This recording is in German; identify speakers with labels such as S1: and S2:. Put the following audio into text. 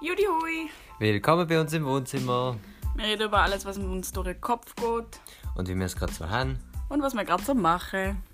S1: Judy Hui.
S2: Willkommen bei uns im Wohnzimmer.
S1: Wir reden über alles, was mit uns durch den Kopf geht
S2: Und wie wir es gerade so haben.
S1: und was wir gerade so machen.